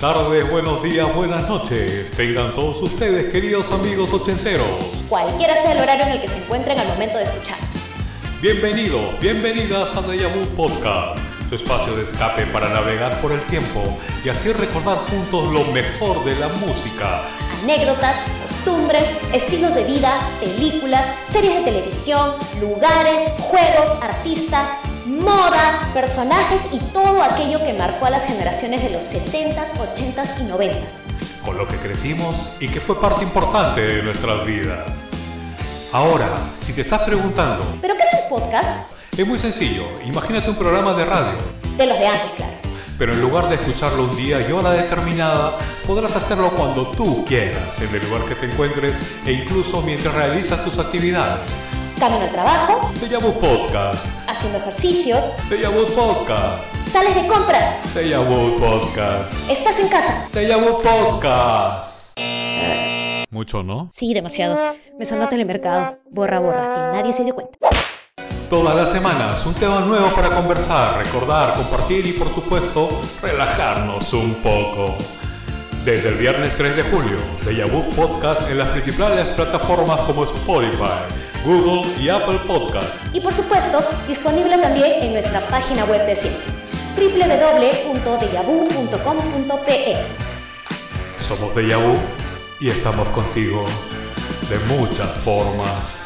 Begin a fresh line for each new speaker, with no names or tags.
tardes, buenos días, buenas noches. Tengan todos ustedes, queridos amigos ochenteros.
Cualquiera sea el horario en el que se encuentren al momento de escuchar.
Bienvenidos, bienvenidas a Deja Vu Podcast, su espacio de escape para navegar por el tiempo y así recordar juntos lo mejor de la música.
Anécdotas, costumbres, estilos de vida, películas, series de televisión, lugares, juegos, artistas, moda, personajes y todo aquello que marcó a las generaciones de los 70s, 80s y 90s.
Con lo que crecimos y que fue parte importante de nuestras vidas. Ahora, si te estás preguntando,
¿Pero qué es un podcast?
es muy sencillo, imagínate un programa de radio,
De los de antes, claro.
pero en lugar de escucharlo un día y hora determinada, podrás hacerlo cuando tú quieras, en el lugar que te encuentres e incluso mientras realizas tus actividades.
Camino al trabajo,
Te llamo podcast,
haciendo ejercicios,
te llamo podcast,
sales de compras,
te llamo podcast.
estás en casa.
Te llamo podcast. Mucho, ¿no?
Sí, demasiado. Me sonó telemercado. Borra, borra. Y nadie se dio cuenta.
Todas las semanas un tema nuevo para conversar, recordar, compartir y por supuesto relajarnos un poco. Desde el viernes 3 de julio, Deja Vu Podcast en las principales plataformas como Spotify, Google y Apple Podcast.
Y por supuesto, disponible también en nuestra página web de siempre, www.deyavu.com.pe.
Somos Deja Vu y estamos contigo de muchas formas.